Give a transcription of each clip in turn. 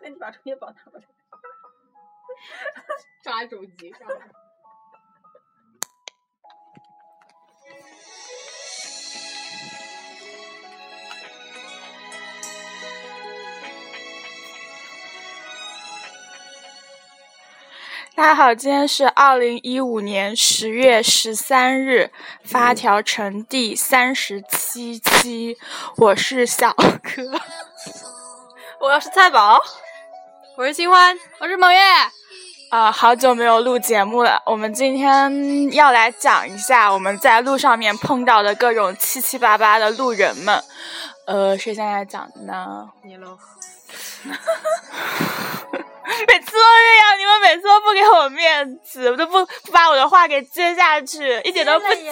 那你把充电宝拿过来。抓手机上面。大家好，今天是二零一五年十月十三日，发条城第三十七期，我是小柯，我要是菜宝，我是新欢，我是蒙月。 呃，好久没有录节目了，我们今天要来讲一下我们在路上面碰到的各种七七八八的路人们。呃，谁先来讲 呢？你喽。每次都这样，你们每次都不给我面子，都不不把我的话给接下去，一点都不积极。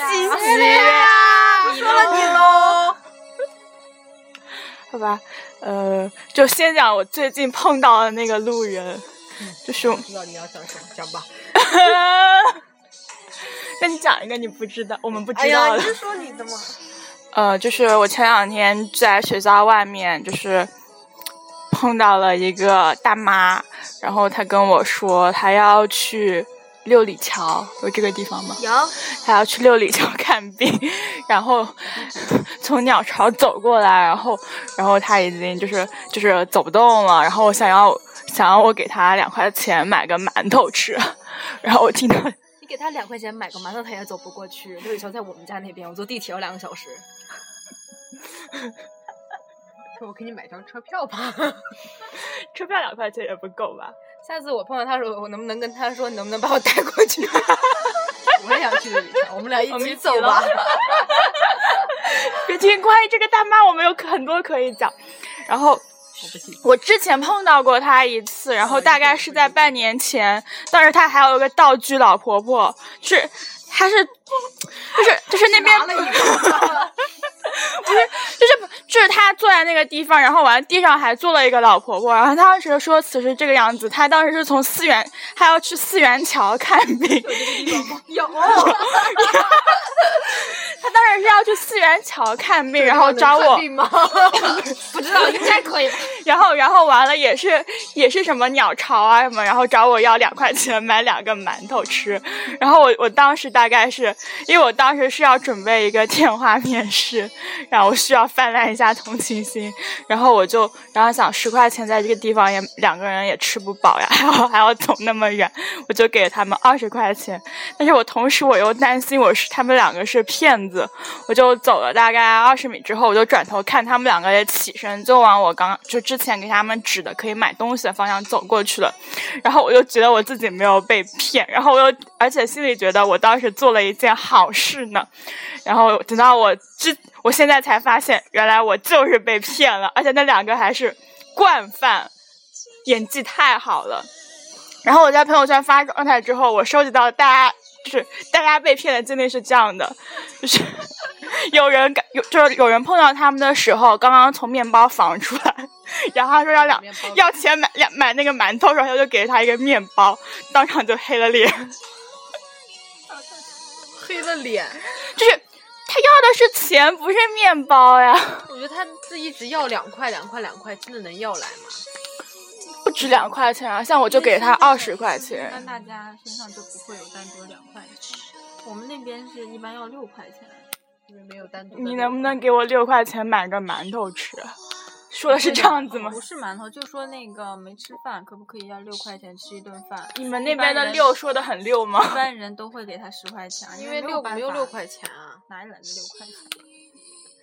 说了你喽。好吧，呃，就先讲我最近碰到的那个路人，就是，知道你要讲什么，讲吧。那你讲一个你不知道，我们不哎知呀，道你的。是说你的吗？呃，就是我前两天在学校外面，就是碰到了一个大妈，然后她跟我说她要去六里桥，有这个地方吗？有。她要去六里桥看病，然后从鸟巢走过来，然后然后她已经就是就是走不动了，然后我想要想要我给她两块钱买个馒头吃，然后我听到你给他两块钱买个馒头，他也走不过去。六里桥在我们家那边，我坐地铁要两个小时。我给你买张车票吧。车票两块钱也不够吧？ 下次我碰到他的时候，我能不能跟他说，你能不能把我带过去？我也想去六里桥，我们俩一我们一起起走吧。别听，关于这个大妈，我们有很多可以讲。然后我不信。我之前碰到过她一次，然后大概是在半年前，当时她还有一个道具老婆婆，是她是就是就是那边拿了一个，就是就是她坐在那个地方，然后完地上还坐了一个老婆婆，然后她当时说此时这个样子，她当时是从四元，她要去四元桥看病，有她当时是要去四元桥看病，然后找能我看。病吗？不知道，应该可以吧。然后，然后完了也是也是什么鸟巢啊什么，然后找我要两块钱买两个馒头吃。然后我我当时大概是因为我当时是要准备一个电话面试，然后我需要泛滥一下同情心，然后我就然后想十块钱在这个地方也两个人也吃不饱呀，还要还要走那么远，我就给他们二十块钱。但是我同时我又担心我是他们两个是骗子，我就走了大概二十米之后，我就转头看他们两个也起身，就往我刚就之前给他们指的可以买东西的方向走过去了。然后我就觉得我自己没有被骗，然后我又而且心里觉得我当时做了一件好事呢。然后等到我之，我现在才发现，原来我就是被骗了，而且那两个还是惯犯，演技太好了。然后我在朋友圈发状态之后，我收集到大家就是大家被骗的经历是这样的，就是 有人感有就是有人碰到他们的时候，刚刚从面包房出来，然后他说要两面包要钱买两买那个馒头的时候，他就给了他一个面包，当场就黑了脸。 黑了脸，就是他要的是钱，不是面包呀，我觉得他这一直要两块、两块、两块，真的能要来吗？不止两块钱啊！像我就给他二十块一般钱，大家身上就不会有单独两块钱，我们那边是一般要六块钱。因为没有单独的那个。你能不能给我六块钱买个馒头吃？说的是这样子吗哦不？是馒头，就说那个没吃饭，可不可以要六块钱吃一顿 饭？你们那边的六说的很六一吗？般人都会给他十块钱，啊因为哎没六办没有法六，块钱啊，哪里来的六 块钱？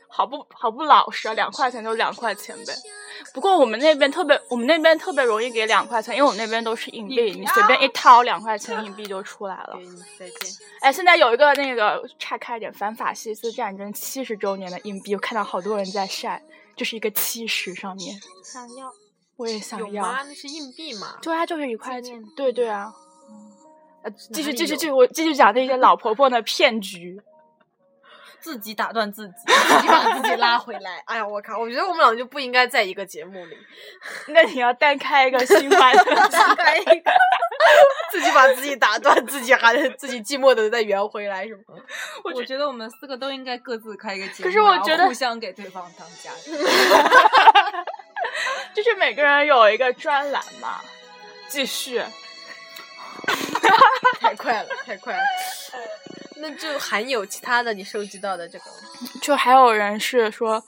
好不好不老实啊，两块钱就两块钱呗。不过我们那边特别，我们那边特别容易给两块钱，因为我们那边都是硬币，你随便一掏两块钱硬币就出来了给。你再见。哎，现在有一个那个岔开一点，反法西斯战争七十周年的硬币，我看到好多人在晒，就是一个七十上面，想要我也想有要。吗？那是硬币嘛？对啊，就是一块纪钱念。对对啊。呃，继嗯续里继续有继续，我继续讲那些老婆婆的骗局。 自己打 断自己，你把 自己拉回来。哎呀，我靠！我觉得我们俩就不应该在一个节目里，那你要单开一个新番 自己把自己打断，自己还自己寂寞的再圆回来，是吗？我觉得我们四个都应该各自开一个节目，可是我然后觉得互相给对方当家长。 就是每个人有一个专栏嘛。继续，太快了，太快了。那就还有其他的你收集到的这个吗就还有人是说，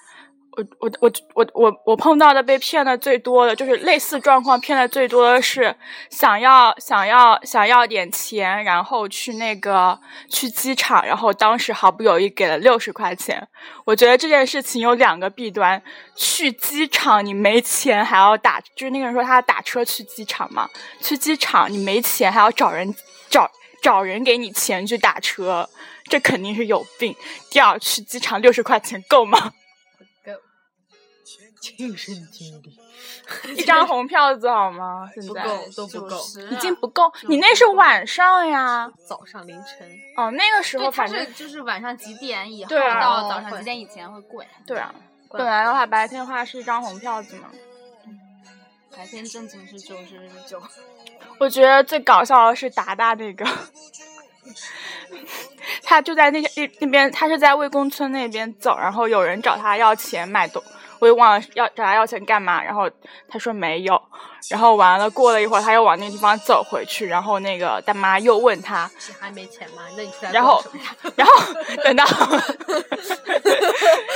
我我我我我我碰到的被骗的最多的就是类似状况骗的最多的是想要想要想要点钱，然后去那个去机场，然后当时毫不犹豫给了六十块钱。我觉得这件事情有两个弊端：去机场你没钱还要打，就是那个人说他打车去机场嘛，去机场你没钱还要找人找找人给你钱去打车，这肯定是有病。第二，去机场六十块钱够吗？ ？Go，亲身经历一张红票子好吗？现不在够，都不够。 90啊已经不够，嗯你那是晚上呀。早上凌晨，哦，那个时对，候它反正是就是晚上几点以后对啊到早上会几点以前哦会贵，对啊，怪本来的话白天的话是一张红票子嘛。白天正经是九十九，我觉得最搞笑的是达达那个， 他就在那个那那边，他是在魏公村那边走，然后有人找他要钱买东，我也忘了要找他要钱干嘛，然后他说没有，然后完了过了一会儿他又往那个地方走回去，然后那个大妈又问他，你还没钱吗？那你出来然逛后什么，然后等到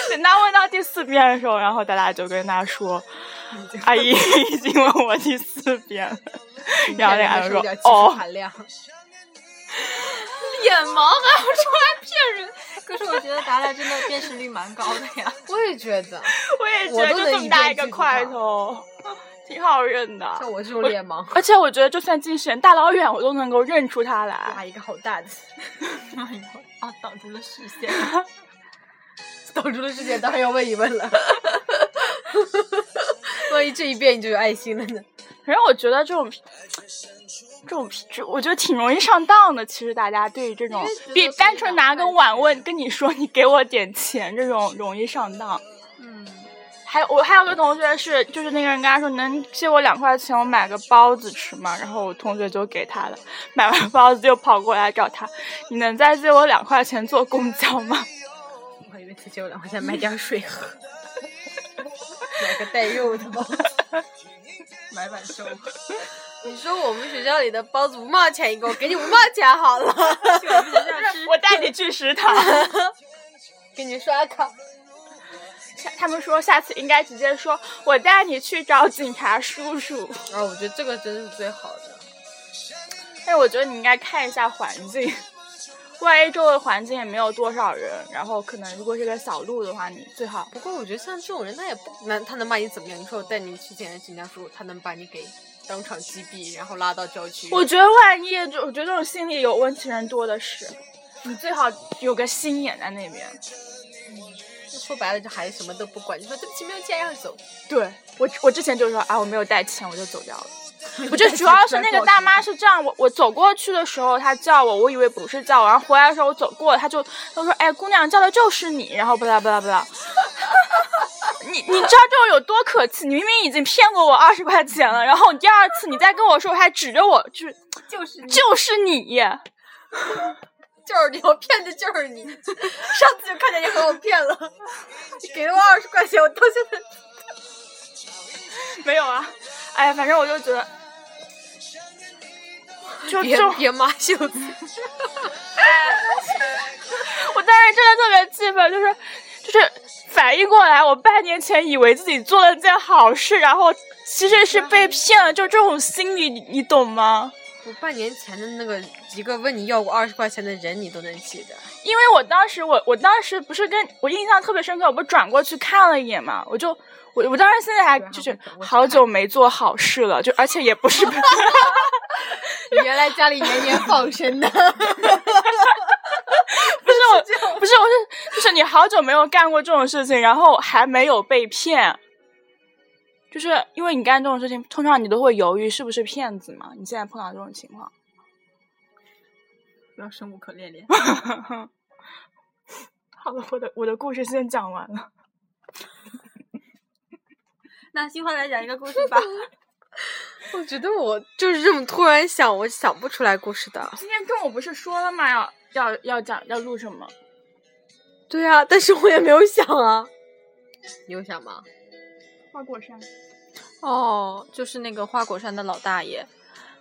等到问到第四遍的时候，然后达达就跟他说：“阿姨已经问我第四遍了。”然后那阿姨说有点：“技术哦，含量，眼盲还要出来骗人。 可是我觉得达达真的辨识率蛮高的呀，我也觉得， 我也觉我得都就能这一么大遍一个记住块它头，挺好认的。像我这种脸盲，而且我觉得，就算近视眼，大老远我都能够认出他来。哇，一个好大的，哎呦啊，挡住了视 线。 挡住了世界，当然要问一 问了。万一这一遍你就有爱心了呢？反正我觉得这种，这种，这我觉得挺容易上当的。其实大家对于这种觉得比是单纯拿个两块碗问跟你说你给我点钱这种容易上当。嗯，还有我还有个同学是，就是那个人跟他说能借我两块钱，我买个包子吃吗？然后我同学就给他了，买完包子就跑过来找他，你能再借我两块钱坐公交吗？ 我以为他借我两块钱买点水 喝，买个带肉的包子。买碗 粥，你说我们学校里的包子五毛钱一个，我给你五毛钱好了，去我们学校吃我带你去食堂。 给你刷卡。下他们说下次应该直接说我带你去找警察叔叔。啊，我觉得这个真是最好的。但是我觉得你应该看一下环境，万一周围环境也没有多少人，然后可能如果是个小路的话，你最好不过我觉得像这种人，他也不能，他能把你怎么样？你说我带你去见警察叔，他能把你给当场击毙，然后拉到郊区。我觉得万一就我觉得这种心理有问题人多的是，你最好有个心眼在那边。说白了，这孩子什么都不管，就说对不起，没有钱，然后走。对我我之前就说啊我没有带钱我就走掉了， 我就主要是那个大妈是这样，我我走过去的时候她叫我，我以为不是叫我，然后回来的时候我走过了，她就她说哎姑娘叫的就是你，然后不啦不啦不啦。 你你知道这种有多可气？你明明已经骗过我二十块钱了，然后第二次你再跟我说，还指着我，就是就是就是你你，就是你，我骗的就是你。 上次就看见你和我骗了， 你给了我二十块钱，我到现在 没有啊，哎呀，反正我就觉得，就 别就别抹袖子。我当时真的特别气愤，就是就是反应过来，我半年前以为自己做了件好事，然后其实是被骗了，就这种心理，你你懂吗？ 我半年前的那个一个问你要过二十块钱的人，你都能记 得。因为我当时我我当时不是跟我印象特别深刻，我不是转过去看了一眼嘛，我就我我当时现在还就是好久没做好事了，就而且也不 是原来家里年年放生的，不是我， 不是我是就是你好久没有干过这种事情，然后还没有被骗，就是因为你干这种事情，通常你都会犹豫是不是骗子嘛。你现在碰到这种情况，不要生无可恋恋。 好了，我的我的故事先讲完了。那新欢来讲一个故事吧。 我觉得我就是这么突然想，我想不出来故事的。今天跟我不是说了吗？要要要讲要录什么？对啊，但是我也没有想啊。你有想吗？花果山。哦，就是那个花果山的老大爷，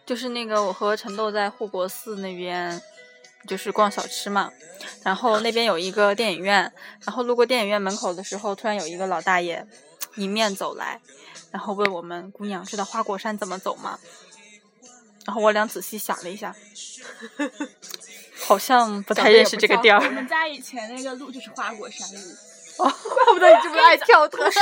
就是那个我和陈豆在护国寺那边，就是逛小吃嘛，然后那边有一个电影院，然后路过电影院门口的时候，突然有一个老大爷迎面走来，然后问我们姑娘知道花果山怎么走吗？然后我俩仔细想了一 下，好像不太认识这个地儿我。们家以前那个路就是花果山路。怪不得你这么爱跳脱。我先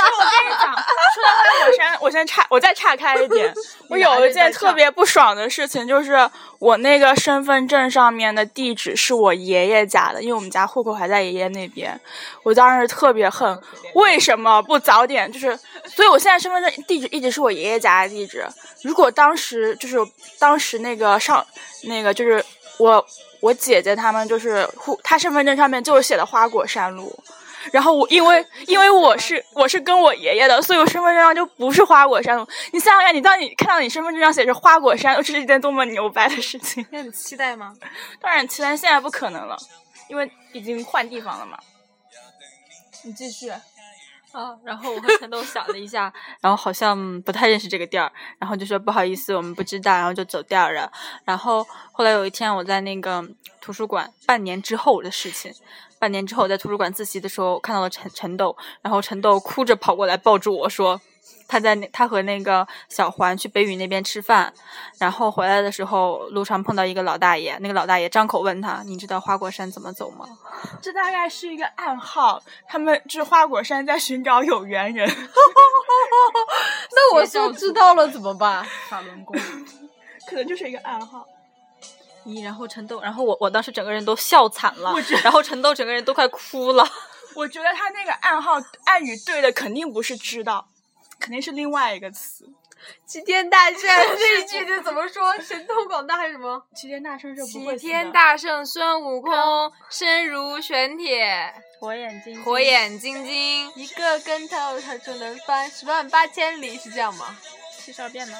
我先岔，我再岔开一点。我有一件特别不爽的事情，就是我那个身份证上面的地址是我爷爷家的，因为我们家户口还在爷爷那边。我当时特别恨，为什么不早点？就是，所以我现在身份证地址一直是我爷爷家的地址。如果当时就是当时那个上那个就是我我姐姐他们就是户，她身份证上面就是写的花果山路。然后我因 为因为我是我是跟我爷爷的，所以我身份证上就不是花果山路。你想想看，你当你看到你身份证上写着花果山，这是一件多么牛掰的事情！那你期待吗？当然，其实现在不可能了，因为已经换地方了嘛。你继续，啊，然后我和陈豆想了一下，然后好像不太认识这个店儿，然后就说不好意思，我们不知道，然后就走掉了。然后后来有一天我在那个图书馆，半年之后的事情，半年之后我在图书馆自习的时候看到了陈陈豆，然后陈豆哭着跑过来抱住我说。他在那，他和那个小环去北语那边吃饭，然后回来的时候路上碰到一个老大爷，那个老大爷张口问他：“你知道花果山怎么走吗？”这大概是一个暗号，他们这花果山在寻找有缘人。那我就知道了怎么办？法轮功，可能就是一个暗号。咦，然后陈豆，然后我我当时整个人都笑惨了，然后陈豆整个人都快哭了。 我觉得他那个暗号暗语对的肯定不是知道，肯定是另外一个词。 齐天大 圣这一句就怎么说？神通广大还是什么？齐天大圣是不齐会死的天大圣孙悟空，身如玄铁，火眼金火眼金睛。一个跟头他就能翻十万八千里，是这样吗？七十二变呢？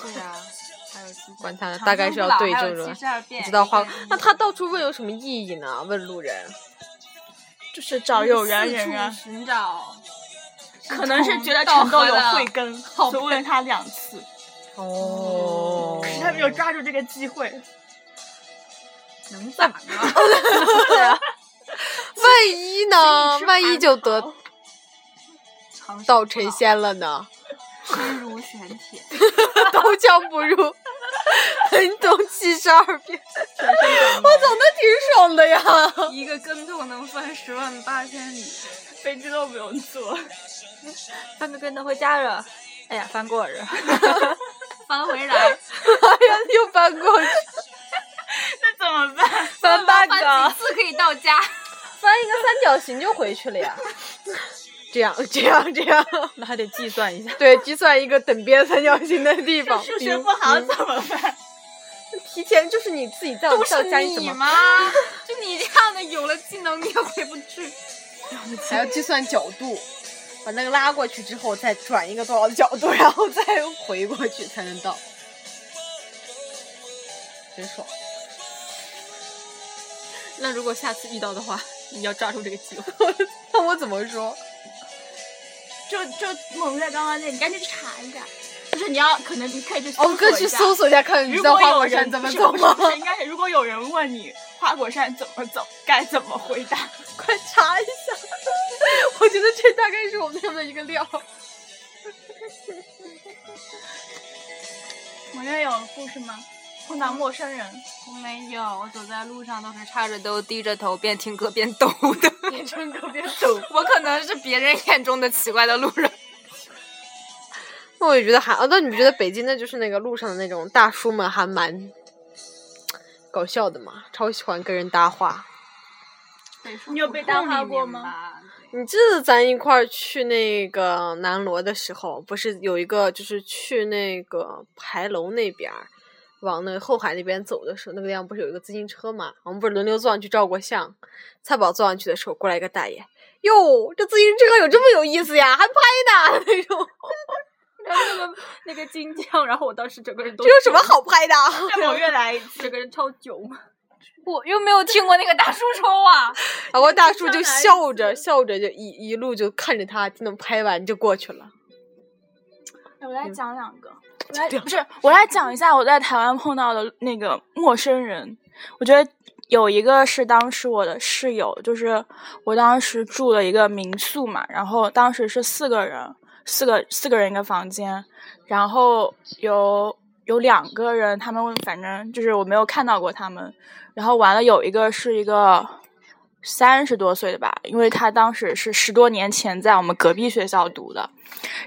对啊呀，还有其管他呢，大概是要对这种。十二你变知道花，那他到处问有什么意义呢？问路人，就是找有缘人啊，寻找。可能是觉得道陈豆合有的慧根，所以问了他两次， 哦可是他没有抓住这个机会。能咋呢？万一呢？万一就得长 生道不成老，仙了呢？ 身如玄铁，刀枪不入，横懂七十二变，我走的挺爽的呀。 一个跟头能翻十万八千里。飞机都不用坐，翻个跟头回家了。哎呀，翻 过了。翻回来，哎呀，又翻过去，那怎么办？翻八个，翻几次可以到家？翻一个三角形就回去了呀。 这样，这样，这样，那还得计算一下。对，计算一个等边三角形的地方。数学不好嗯怎么办？提前就是你自己到到家里怎你么吗？就你这样的，有了技能你也回不去。还要计算角度，把那个拉过去之后再转一个多少角度，然后再回过去才能到，真 爽。那如果下次遇到的话，你要抓住这个机会。那我怎么说？就就蒙在刚刚那，你赶紧去查一下，就是你要可能你可以去搜哦，索哥一去下。搜索一下，看你如知道果花有果山人怎么不是走不是吗？ 不是应该是如果有人问你花果山怎么走，该怎么回答？快查一下， 我觉得这大概是我们他们的一个料。我那有故事吗？碰到陌生人，我没有，我走在路上都是插着兜、低着头，边听歌边抖的。变成个别走，我可能是别人眼中的奇怪的路人。那我也觉得还啊，那你们觉得北京的就是那个路上的那种大叔们还蛮搞笑的嘛，超喜欢跟人搭话。你有被搭话过吗？吧？你记得咱一块儿去那个南锣的时候，不是有一个就是去那个牌楼那边儿，往那个后海那边走的时候，那个地方不是有一个自行车嘛？我们不是轮流坐上去照过相，菜宝坐上去的时候，过来一个大爷，哟，这自行车有这么有意思呀，还拍的 那种，然后那个那个金匠，然后我当时整个人都嗯这有什 么好拍的？ 再 某月来一次，整个人超囧。我又没有听过那个大叔说话。然后大叔就笑着笑着就一一路就看着他，就能拍完就过去了。我来讲两个，我啊来不是我来讲一下我在台湾碰到的那个陌生人。我觉得有一个是当时我的室友，就是我当时住了一个民宿嘛，然后当时是四个人，四个四个人一个房间，然后有有两个人，他们反正就是我没有看到过他们，然后完了有一个是一个。三十多岁的吧，因为他当时是十多年前在我们隔壁学校读的，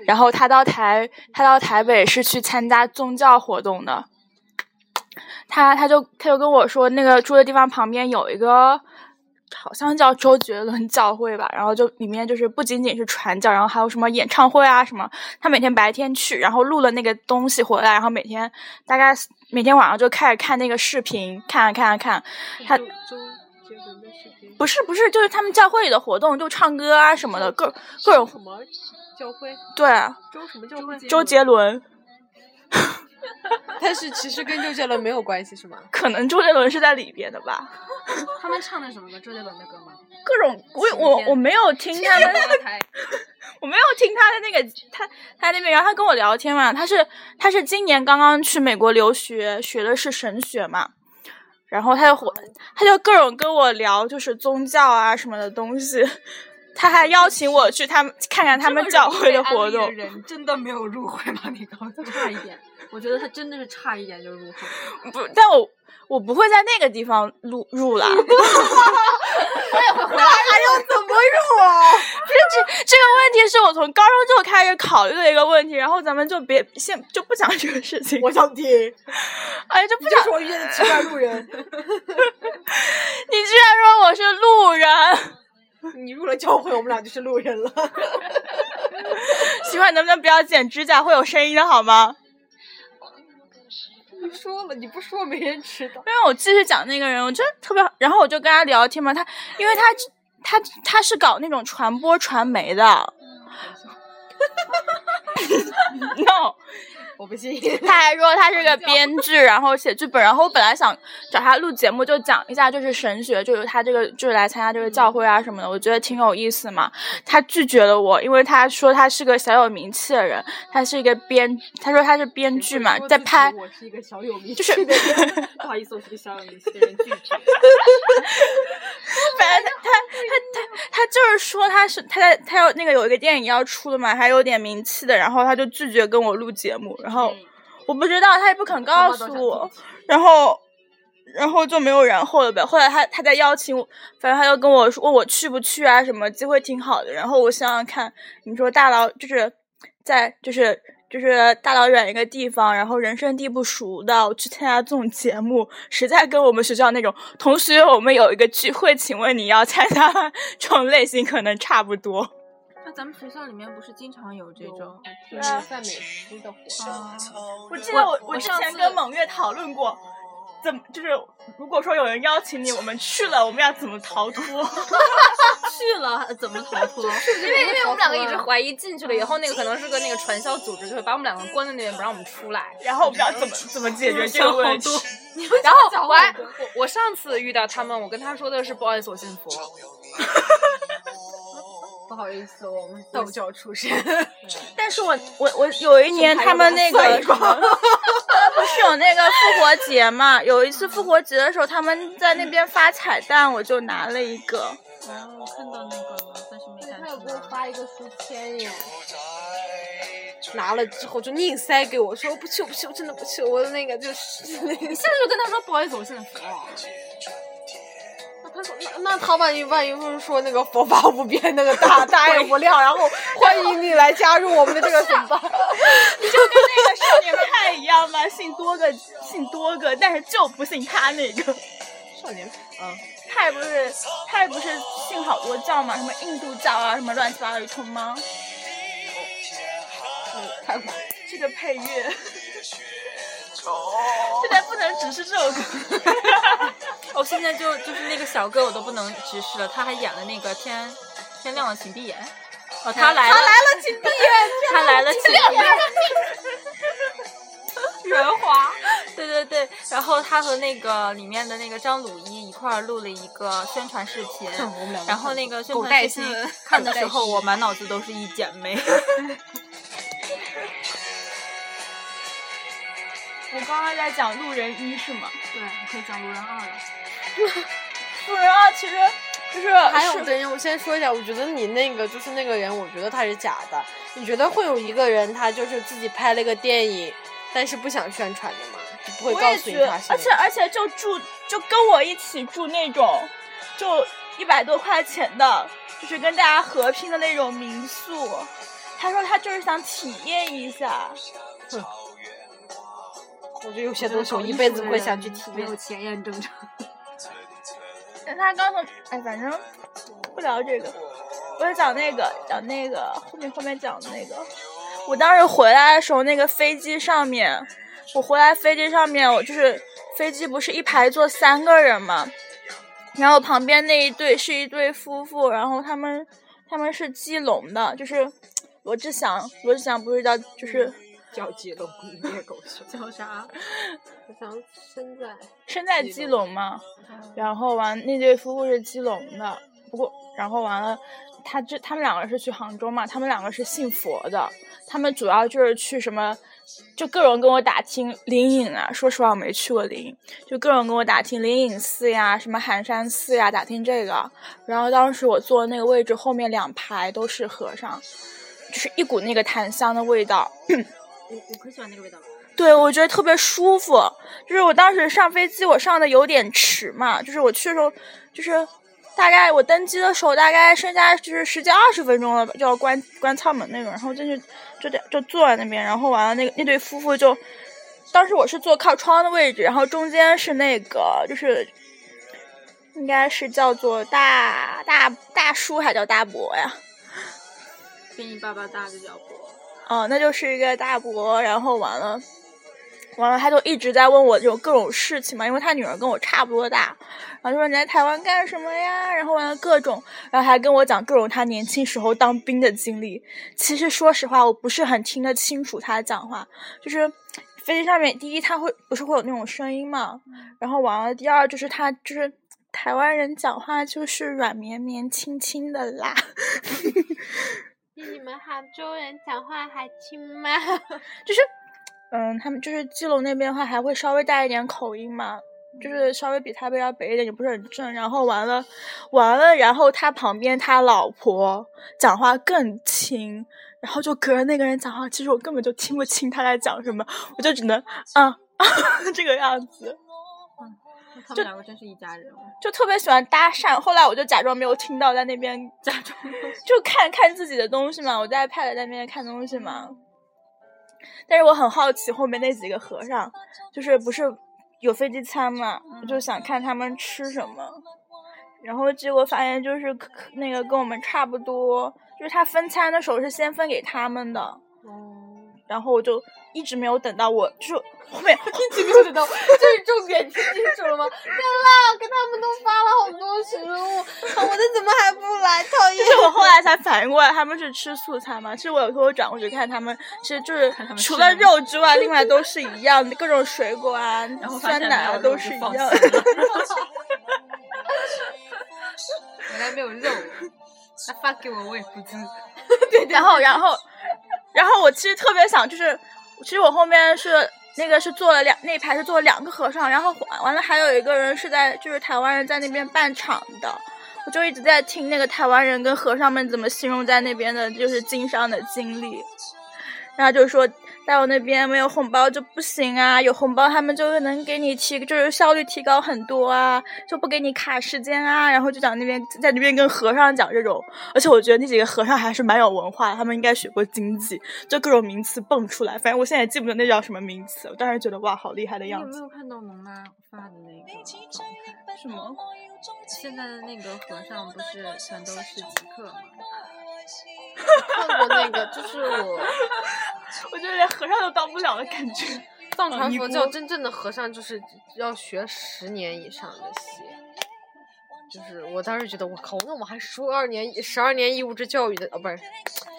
然后他到台他到台北是去参加宗教活动的，他他就他就跟我说，那个住的地方旁边有一个好像叫周杰伦教会吧，然后就里面就是不仅仅是传教，然后还有什么演唱会啊什么。他每天白天去，然后录了那个东西回来，然后每天大概每天晚上就开始看那个视频，看啊看啊看，他。周杰伦的视频不是不是，就是他们教会里的活动，就唱歌啊什么的，各 各种什么教会？对啊，周什么教会？周杰伦，但是其实跟周杰伦没有关系是吗？可能周杰伦是在里边的吧，他们唱的什么歌？周杰伦的歌吗？各种我我我没有听他 们，台我没有听他的那个他他那边，然后他跟我聊天嘛，他是他是今年刚刚去美国留学，学的是神学嘛。然后他就火，他就各种跟我聊，就是宗教啊什么的东西。他还邀请我去他们看看他们教会的活动。人真的没有入会吗？你告诉我，差一点，我觉得他真的是差一点就入会。 不，但我我不会在那个地方入 入了。那还要怎么入啊？ 这这个问题是我从高中就开始考虑的一个问题，然后咱们就别先就不讲这个事情。 我想听，哎，就不这讲是我遇见的奇怪路人。你居然说我是路人，你入了教会，我们俩就是路人 了。喜欢能不能不要剪指甲会有声音的好吗？你说了，你不说没人知 道。因为我继续讲那个人，我觉得特别好，然后我就跟他聊天嘛，他因为他他他是搞那种传播传媒的，no，我不信。他还说他是 个编剧，然后写剧本。然后我本来想找他录节目，就讲一下就是神学，就是他这个就是来参加这个嗯教会啊什么的，我觉得挺有意思嘛。他拒绝了我，因为他说他是个小有名气的人，他是一个编，他说他是编剧嘛，在拍我是一个小有名就是反正 不好意思，我是个小有名气的人，拒绝。他他他他他就是说他是他在他要那个有一个电影要出的嘛，还有点名气的，然后他就拒绝跟我录节目，嗯然后。我不知道，他也不肯告诉我， 然后，然后就没有然后了呗。后来他他再邀请我，反正他就跟我说问我去不去啊，什么机会挺好的。然后我想想看，你说大老就是在就是就是大老远一个地方，然后人生地不熟的，我去参加这种节目，实在跟我们学校那种同学我们有一个聚会，请问你要参加吗 这种类型可能差不多。那咱们学校里面不是经常有哎这种？对啊，赞美诗的活动。啊，我记得我我我之上前次跟蒙月讨论过，怎么就是如果说有人邀请你，我们去了，我们要怎么逃脱？去了怎么逃脱？因为因为我们两个一直怀疑进去了以后，那个可能是个那个传销组织，就会把我们两个关在那边不让我们出来。然后我们要怎么怎么解决这个问 题？然后我还我我上次遇到他们，我跟他说的是不好意思，我信佛。不好意思，我们道教出身。但是我我我有一年他们那个什么，不是有那个复活节嘛？有一次复活节的时候，他们在那边发彩蛋，我就拿了一个。我看到那个了，但是没敢他有去给我拿。发一个书签耶，拿了之后就硬塞给我，说我不去，我不去，我真的不去，我那个就是 那个你。现在就跟他说不好意思，我信佛。他说那那他万一万一不是说那个佛法无边，那个 大大爱无量，然后欢迎你来加入我们的这个怎么办？就跟那个少年派一样 嘛，信多个信多个，但是就不信他那个。少年啊，他也不是他也不是信好多教嘛，什么印度教啊，什么乱七八糟一通吗？哦嗯，看过。这个配乐，哦现在不能只是这首 歌。我哦现在就就是那个小哥，我都不能直视了。他还演了那个天天亮了，请闭眼。哦，他来了，他来了，请闭眼。他来了，请闭眼。圆滑， 对对对，然后他和那个里面的那个张鲁一一块儿录了一个宣传视频，我们两个然后那个宣狗传带视频心 看的时候，我满脑子都是一剪梅。我刚刚在讲路人一是吗？对，你可以讲路人二了。路人啊二其实就是 还有是的人，我先说一下，我觉得你那个就是那个人，我觉得他是假的。你觉得会有一个人，他就是自己拍了个电影，但是不想宣传的吗？就不会我告也诉觉你得他，是那而且个。而且就住就跟我一起住那种，就一百多块钱的，就是跟大家合拼的那种民宿。他说他就是想体验一下，我觉得有些东西我一辈子不会想去体没验有。前验证者。但他刚从哎，反正不聊这个，我就讲那个讲那个后面后面讲的那个。我当时回来的时候，那个飞机上面，我回来飞机上面，我就是飞机不是一排坐三个人嘛，然后旁边那一对是一对夫妇，然后他们他们是基隆的，就是罗志祥，罗志祥不是叫就是叫鸡笼，你别狗血。叫啥？我想身在身在基基隆隆嘛，然后完那对夫妇是基隆的，不过然后完了，他这他们两个是去杭州嘛，他们两个是信佛的，他们主要就是去什么，就各种跟我打听灵隐啊，说实话我没去过灵隐，就各种跟我打听灵隐寺呀，什么寒山寺呀，打听这个，然后当时我坐的那个位置后面两排都是和尚，就是一股那个檀香的味道，我我可喜欢那个味道了。对，我觉得特别舒服。就是我当时上飞机，我上的有点迟嘛，就是我去的时候，就是大概我登机的时候，大概剩下就是十几二十分钟了吧，就要关关舱门那种。然后进去就得就坐在那边，然后完了那个那对夫妇就，当时我是坐靠窗的位置，然后中间是那个就是。应该是叫做大大大叔，还叫大伯呀？比你爸爸大就叫伯。哦，那就是一个大伯，然后完了，完了，他就一直在问我这种各种事情嘛，因为他女儿跟我差不多大，然后就说你在台湾干什么呀？然后完了各种，然后还跟我讲各种他年轻时候当兵的经历。其实说实话，我不是很听得清楚他讲话，就是飞机上面，第一他会不是会有那种声音嘛，然后完了，第二就是他就是。台湾人讲话就是软绵绵、轻轻的啦，比你们杭州人讲话还轻吗？嗯，他们就是基隆那边的话，还会稍微带一点口音嘛，就是稍微比台北要北一点，也不是很正。然后完了，完了，然后他旁边他老婆讲话更轻，然后就隔着那个人讲话，其实我根本就听不清他在讲什么，我就只能嗯 这个样子，他们两个真是一家人哦。就特别喜欢搭讪。后来我就假装没有听到，在那边 假装就看看自己的东西嘛，我在 iPad 在那边看东西嘛。但是我很好奇后面那几个和尚，就是不是有飞机餐嘛，我就想看他们吃什么。然后结果发现就是可可那个跟我们差不多，就是他分餐的时候是先分给他们的，然后我就一直没有等到我，就是后 面一直没有等到这是重点，听清楚了吗？天啦，跟他们都发了好多食物， 我的怎么还不来？讨厌 就！是我后来才反应过来，他们是吃素餐嘛。其实我有时候转过去看他们，其实就是看他们吃除了什么肉之外，另外都是一样的，各种水果啊、 然后发酸现奶没啊有都肉是一就放样 弃的。了原来没有肉，那发给我我也不知。然 后，然后，然后我其实特别想，就是其实我后面是。那个是做了两那一排是做了两个和尚，然后完完了还有一个人是在就是台湾人在那边办厂的，我就一直在听那个台湾人跟和尚们怎么形容在那边的就是经商的经历，然后就说在我那边没有红包就不行啊，有红包他们就能给你提，就是效率提高很多啊，就不给你卡时间啊，然后就讲那边在那边跟和尚讲这种，而且我觉得那几个和尚还是蛮有文化的，他们应该学过经济，就各种名词蹦出来，反正我现在也记不得那叫什么名词，我当时觉得哇，好厉害的你有样没子。有看到萌妈发的那个状态？什么？现在的那个和尚不是全都是极客吗？看过那个，就是我我觉得连和尚都当不了的感觉。藏传尼佛姑教真正的和尚就是要学十年以上的习。就是我当时觉得，我靠，那我还十二年十二年义务制教育的，哦，不是，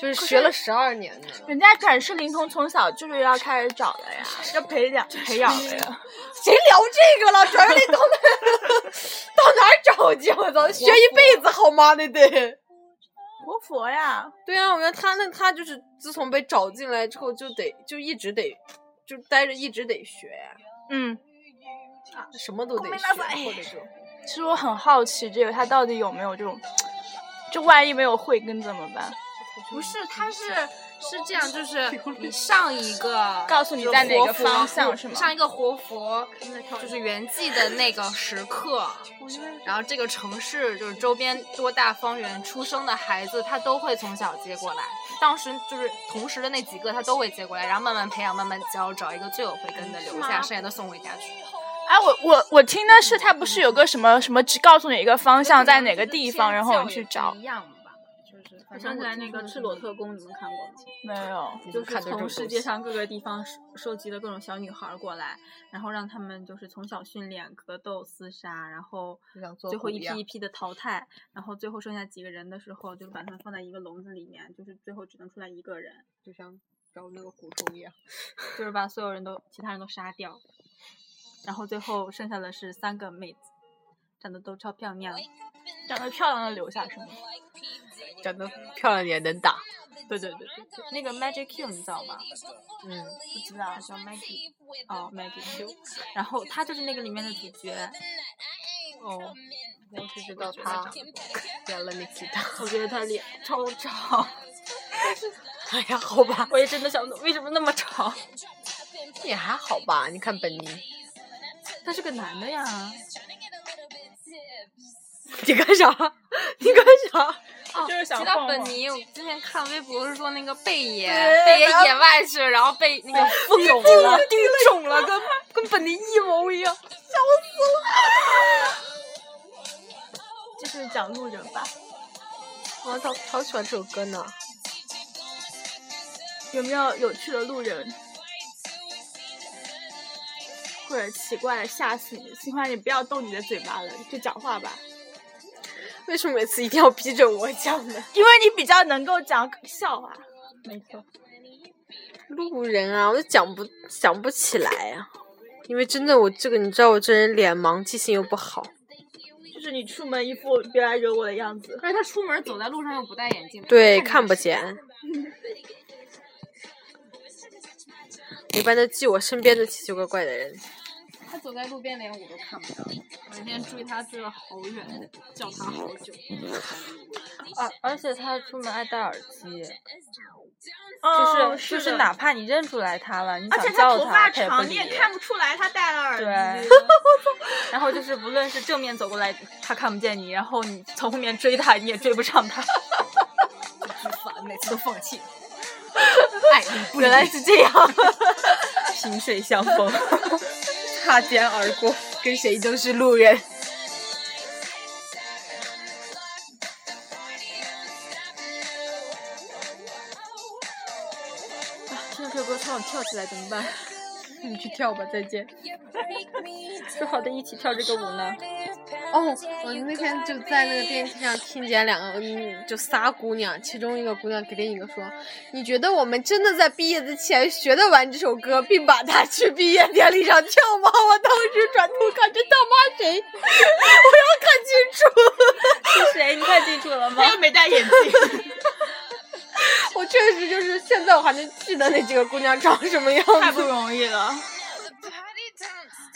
就是学了十二年呢。 人家展示灵童从小就是要开始找 的呀，要培养培养的呀。谁聊这个了？主要是那到哪 到哪儿找去？我操，学一辈子好吗？那得。活佛呀，对啊，我觉得他那他就是自从被找进来之后，就得就一直得就待着一直得学呀、嗯，什么都得ごめん学，なさい或者就其实我很好奇这个他到底有没有这种，就万一没有慧根怎么办？不是，它是是这样， 就是你上一 个告诉你就是在哪活个佛方向是吗上一个活佛就是圆寂的那个时刻，然后这个城市就是周边多大方圆出生的孩子，他都会从小接过来。当时就是同时的那几个，他都会接过来，然后慢慢培养，慢慢教，找一个最有慧根的留下，剩下都送回家去。哎，我我我听的是他不是有个什么什么，只告诉你一个方向在哪个地方，然后你去找。一样吧，就是我反正想起来那个《赤裸特工，工》，你们看过吗？没有，就看是得中从世界上各个地方收收集了各种小女孩儿过来，然后让她们就是从小训练格斗、厮杀，然后就像做最后虎一一样批一批的淘汰，然后最后剩下几个人的时候，就把他们放在一个笼子里面，就是最后只能出来一个人，就像找那个古虫一样。就是把所有人都其他人都杀掉，然后最后剩下的是三个妹子，长得都超漂亮，长得漂亮的留下是吗？长得漂亮点能打，对对对对对，那个 Magic Q 你知道吗？嗯，不知道，叫 Maggie，哦，Maggie Q，然后她就是那个里面的主角，哦，我只知道他演了那吉他。我觉得她脸超吵，哎呀，好吧， 我也真的想不懂为什么那么吵。也还好吧。你看本尼，他是个男的呀，你干啥？你干啥？就是想提到晃本晃尼，我之前看微博是说那个贝爷，对贝爷然后野外去，然后被那个疯了。定种了，跟跟本尼一模一样。就是讲路人吧。我操，好喜欢这首歌呢。有没有有趣的路人，或者奇怪的吓死你？喜欢你不要动你的嘴巴了，就讲话吧，为什么每次一定要逼着我讲呢？因为你比较能够讲笑话。没错，路人啊，我都讲不想不起来呀、因为真的，我这个你知道，我这人脸盲，记性又不好。就是你出门一副别来惹我的样子。而且他出门走在路上又不戴眼镜，对，看不见。一般都记我身边的奇奇怪怪的人，他走在路边连我都看不到。我那天追他追了好远，叫他好久。而而且他出门爱戴耳机，就是、嗯哦就是的哪怕你认出来他了，你而且想叫头发他也不长，理你也看不出来他戴了耳机对。然后就是不论是正面走过来，他看不见你，然后你从后面追他，你也追不上 他。巨烦，每次都放 弃。哎，原来是这样，萍水相逢，擦肩而过。跟谁都是路人。 听这首歌超想跳起来，怎么办？ 你去跳吧，再见。说 好的一起跳这个舞呢？哦，我那天就在那个电梯上听见两个，嗯，就仨姑娘，其中一个姑娘给另一个说：“你觉得我们真的在毕业之前学得完这首歌，并把它去毕业典礼上跳吗？” 我当时转头看，这他妈谁？ 我要看清楚。是 谁？你看清楚了吗 他？又没戴 眼镜，我确实就是现在我还能记得那几个姑娘长什么样太子。不容易了。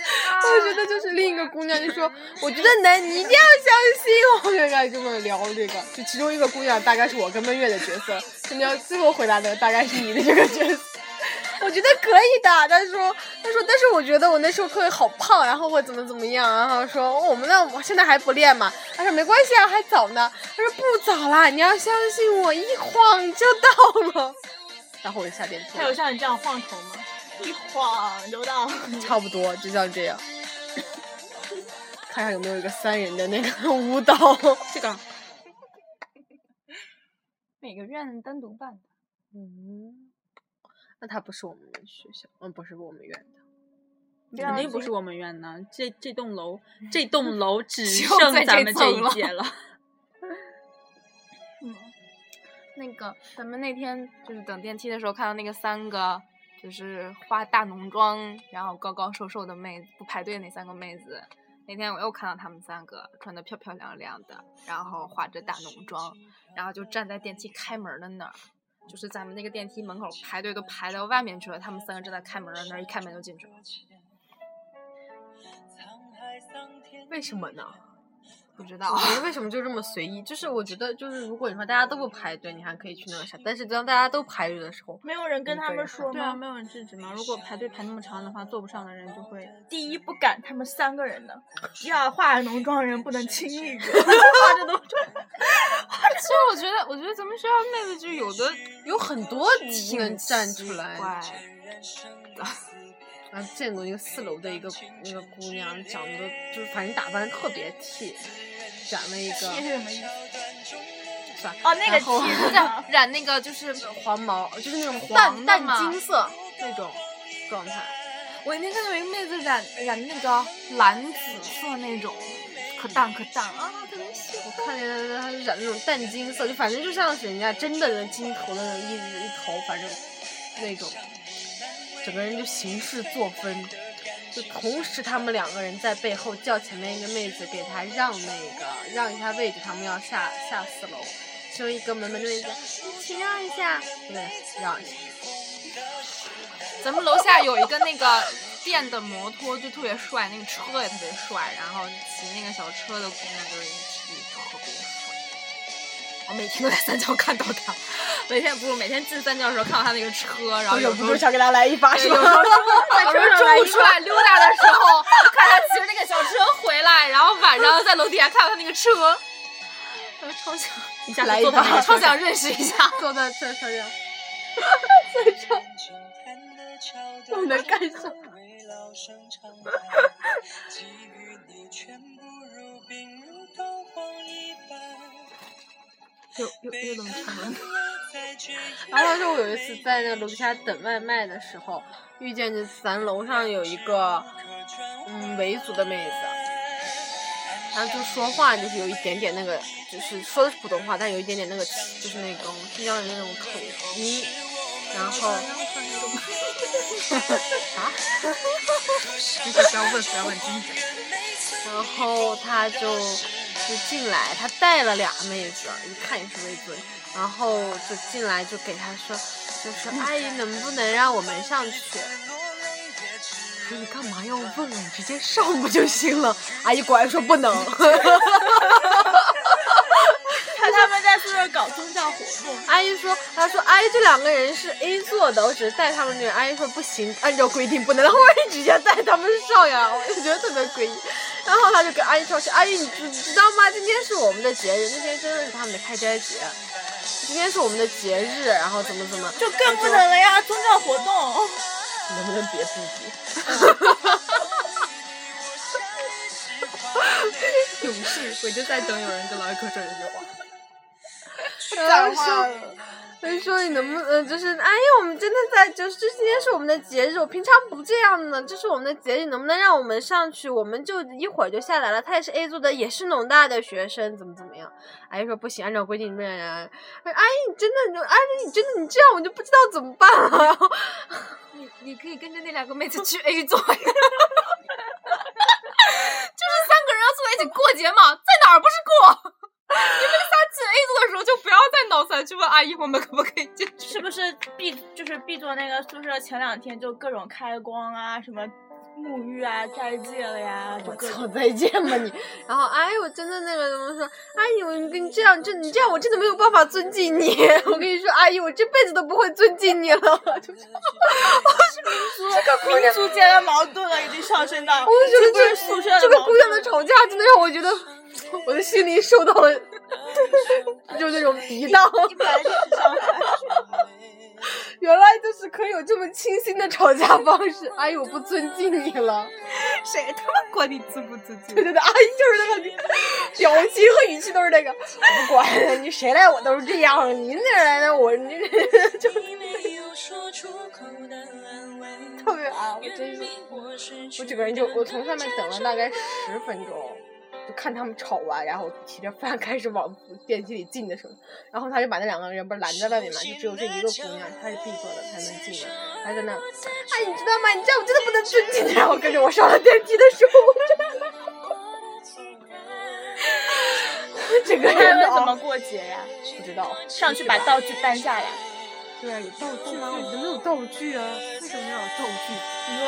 我 觉得就是另一个姑娘就说，我觉得能，你一定要相信 我。就开始跟我们聊这个，就其中一个姑娘大概是我跟闷月的角色，他们要最后回答的大概是你的这个角色。我觉得可以的，她说，她说，但是我觉得我那时候特别好胖，然后我怎么怎么样，然后说、哦我们那我现在还不练嘛，她说没关系啊，还早呢，她说不早啦，你要相信我，一晃就到了。 然后我就下电梯他了有，像你这样晃头吗？一晃，刘 导。差不多就像这样。看看有没有一个三人的那个舞蹈，这个每个院单独办的，嗯，那他不是我们学校，嗯，不是我们院的，肯定不是我们院呢。这这栋楼，嗯这栋楼 只只有剩在咱这们这层一了届 了。那个咱们那天就是等电梯的时候看到那个三个。就是化大浓妆，然后高高瘦瘦的妹子，不排队那三个妹子。那天我又看到她们三个穿的漂漂亮亮的，然后化着大浓妆，然后就站在电梯开门的那儿，就是咱们那个电梯门口排队都排到外面去了，他们三个正在开门呢，那儿一开门就进去了。为什么呢？不知我道，觉得为什么就这么随意？就是我觉得，就是如果你说大家都不排队，你还可以去那个啥，但是当大家都排队的时候，没有人跟一他个们人说对啊，吗？没有人制止吗？如果排队排那么长的话，坐不上的人就会。第一不敢，他们三个人呢；第二化浓妆人不能轻易惹，化着浓妆。其实我觉得，我觉得咱们学校妹子就有的有很多能站出来。 怪，然后见过一个四楼的一个嗯那个姑娘，长得就是反正打扮得特别 T，染了一个是什么意思？算哦，那个然后梯不子染染那个就是黄毛，就是那种黄淡的淡嘛金色那种状态。我那天看到一个妹子染染那个蓝紫色那种，可淡可淡啊，特别喜欢。我看见她染那种淡金色，就反正就像是人家真的人金头的一一头，反正那种，整个人就行事作风。就同时，他们两个人在背后叫前面一个妹子给她让那个让一下位置，他们要下下四楼。其中一个门门的妹子，请让一下，对，让一下。咱们楼下有一个那个电的摩托，就特别帅，那个车也特别帅，然后骑那个小车的姑娘就是特别帅。我每天都在三教看到他，每天不是每天进三教的时候看到他那个车， 然后 有忍时不候住想给他来一巴对是有吧时候在中午 中午出来溜达的时候，就看他骑着那个小车回来，然后晚上在楼底下看到他那个 车，我超想一下来一坐把到那个 超想认识一下。坐在车上， 坐在车上，你能干什么？ 又又又怎么 唱了？然后当时我有一次在那楼底下等外卖的时候，遇见就咱楼上有一个嗯维族的妹子，然后就说话就是有一点点那个，就是说的是普通话，但有一点点那个就是那种新疆人的那种口音，然 后 这些不要问，不要问，真假？然后他就就进来，他带了俩妹子，一看也是维族人，然后就进来就给他说，就是阿姨能不能让我们上去？我说你干嘛要问啊？你直接上不就行了？阿姨果然说不能。 看他们在宿舍搞宗教活动，阿姨说，她说阿姨这两个人是 A 座的，我只是带他们去。阿姨说不行，按照规定不能。然后我直接带他们上呀，我就觉得特别诡异。然后她就跟阿姨说：“是阿姨，你知知道吗？今天是我们的节日，那天真的是他们的开斋节，今天是我们的节日，然后怎么怎么，就更不能了呀！宗教活动，能不能别逼逼？勇士，我就在等有人跟老一哥说这句话。然后 说。”所以说你能不能就是阿姨，我们真的在就是这今天是我们的节日，我平常不这样呢，这是我们的节日，能不能让我们上去？我们就一会儿就下来了。他也是 A 组的，也是农大的学生，怎么怎么样？阿姨说不行，按照规定不然。阿姨，哎你真的，阿姨，你真的你这样，我就不知道怎么办了。然后 你你可以跟着那两个妹子去 A 座，就是三个人要坐在一起过节嘛，在哪儿不是过？ 你们仨进 A 座的时候就不要再脑残去问阿姨我们可不可以进去。是不是 B 就是 B 座那个宿舍前两天就各种开光啊，什么沐浴啊、斋戒了呀，就各操，种。再见吧你。然后阿姨，我真的那个怎么说？阿姨，我跟你这样，这你这样，我真的没有办法尊敬你。 我跟你说，阿姨，我这辈子都不会尊敬你了。就是这个民族间的矛盾啊，已经上升到我觉得这不 这是宿舍的这个矛姑娘的盾吵架，真的让我 觉得我的心灵受到了，就那种涤荡。一本来就是上海。原来就是可以有这么清新的吵架方式。阿哎姨，我不尊敬你 了。 谁他妈管你尊不尊敬？对对对，阿姨就是那个表情和语气都是那个，我不管了，你谁来我都是这样。你哪来的我？你就 特别啊，我真是，我整个人就我从上面等了大概十分钟，就看他们吵完，然后提着饭开始往电梯里进的时候，然后他就把那两个人不是拦在外面嘛，就只有这一个姑娘，她是 B 座的才能进的，她在那，哎，你知道吗？你这样我真的不能尊敬你。然后跟着我上了电梯的时候，我整个他人 们都怎么过节呀？不知道。上去把道具搬下来，对，有道具吗？我们没有道具啊，为什么要有道具？你说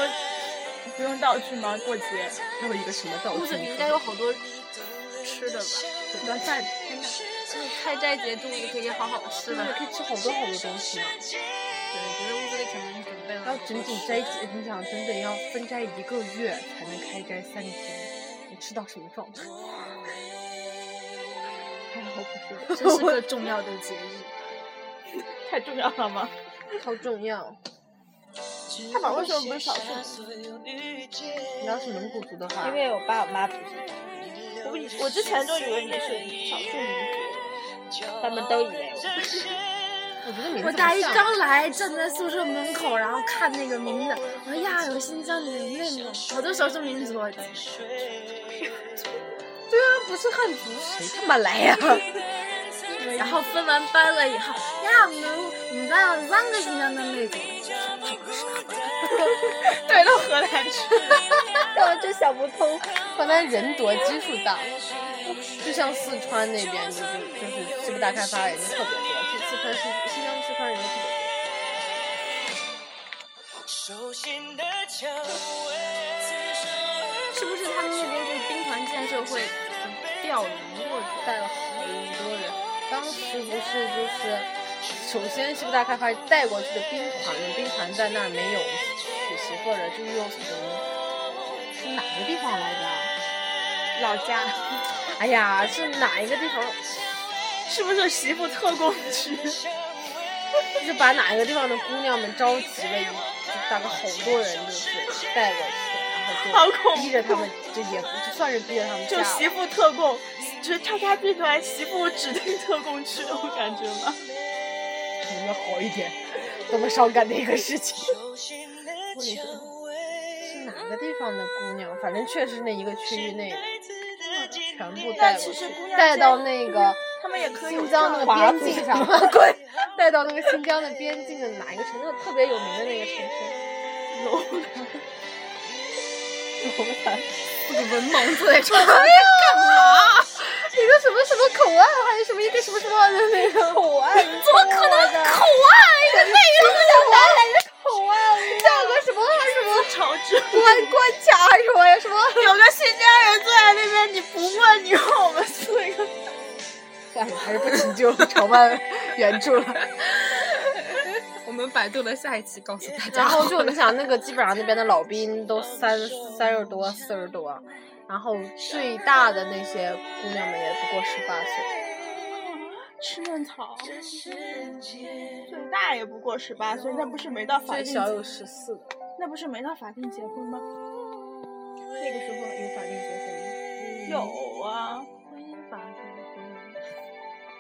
不用道具吗？过节要有一个什么道具？屋子里应该有好多吃的吧？那在就是开斋节中午可以好好吃真的的。可以吃好多好多东西呢。对，觉得屋子里肯定哦准备了。要整整斋节，你想整整要分斋一个月才能开斋三天，你吃到什么状态？哎呀，我不 这是个重要的节 日。太重要了吗？好重要。嗯他们为什么不是少数？你要是蒙古族的话，为我爸我妈不是，我不我之前就以为你是少数民族，他们都以为我。 我觉得名字我很大一像刚来，站在宿舍门口，然后看那个名字，我说呀，有新疆的，有内蒙，好多少数民族。啊对啊，不是汉族，谁他妈来呀、 然后分完班了以后，呀，我们我们班有三个新疆的妹子， 对，到河南去。我就想不通， 河南人多基数大，就像四川那边，就是就是西部大开发人特别多，就四川新新疆四川人特别多。 是不是他们那边就是兵团建设会调人过去？带了好多人。当时不是就是，首先西部大开发带过去的兵团，兵团在那儿没有娶媳妇的，就又从是哪个地方来着？老家哎呀，是哪一个地方？是不是媳妇特供区？ 就是把哪一个地方的姑娘们召集了一，就大概好多人，就是带过去，然好后恐就怖逼着他们，就也就算是逼着他们嫁就了。媳妇特供，就是叉叉 B 团媳妇指定特供区那种感觉吗？可能要好一点，多么伤感的一个事情。是哪个地方的姑娘？反正确实那一个区域内的，全部带过去，带到那个他们也可以有新疆那个华边族境上， 滚！带到那个新疆的边境的哪一个城市？特别有名的那个城市。龙潭，这个文盲坐在床上干嘛？一个什么什么口岸，还是什么一个什么什么的那个口岸？怎么可啊能口岸？一个内容的哪来的口岸？叫个什么什么朝之关关卡什么呀？什么？有个新疆人坐在那边，你不问，你让我们四个。算了，还是不急救，朝办原著了。我们百度了下一期告诉大然 后就你想，那个基本啊上那边的老兵都三三十多、四十多，然后最大的那些姑娘们也不过十八岁，吃嫩草，最大也不过十八岁，那不是没到法最定，小有十四的。那不是没到法定结婚吗？那个时候有法定结婚有啊，婚姻法定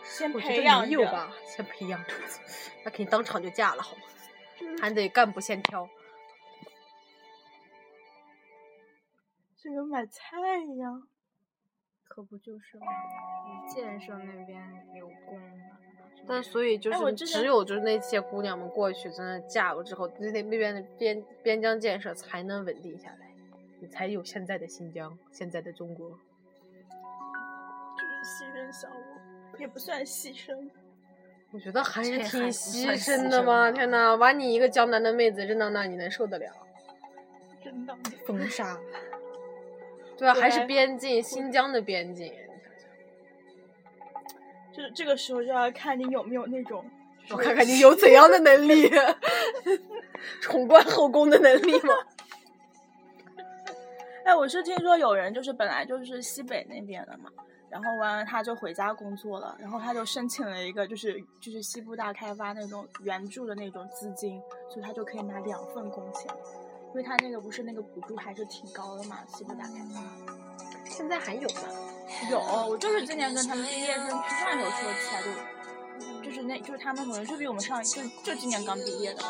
先我觉培得养没有着？吧，先培养出去，那肯定当场就嫁了，好吗？还得干部先挑。这跟买菜一样，可不就是吗？建设那边有功嘛。 但所以就哎我是之前只有就是那些姑娘们过去，真的嫁过之后，那那那边的边边疆建设才能稳定下来，你才有现在的新疆，现在的中国。就是牺牲小我，也不算牺牲。我觉得还是这还挺不牺算牲啊牺的牲嘛！吧天呐，把你一个江南的妹子扔到那儿，你能受得了？真的，封杀。对啊，对还是吧边境，新疆的边境。就是这个时候就要看你有没有那种，我看看你有怎样的能力， 宠冠后宫的能力吗？哎，我是听说有人就是本来就是西北那边的嘛，然后完了他就回家工作了，然后他就申请了一个就是就是西部大开发那种援助的那种资金，所以他就可以拿两份工钱，因为他那个不是那个补助还是挺高的嘛，西部大开发。现在还有吗？有，我就是今年跟他们毕业生吃饭的时候说起来就，就是那就是他们可能就比我们上一就就今年刚毕业的，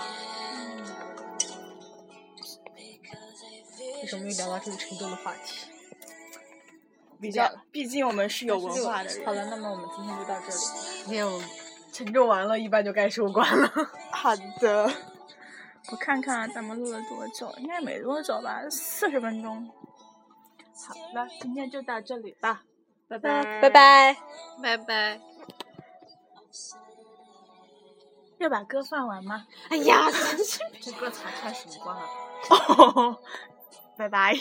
为什么又聊到这么沉重的话题？比较较毕竟我们是有文化的人。好了，那么我们今天就到这里。没有，沉重完了，一般就该收官了。好的， 我看看啊咱们录了多久，应该没多久吧，四十分钟。好了，今天就到这里 吧，拜拜。拜拜。拜拜。要把歌放完吗？哎呀，真是这歌才开始无关了。拜拜。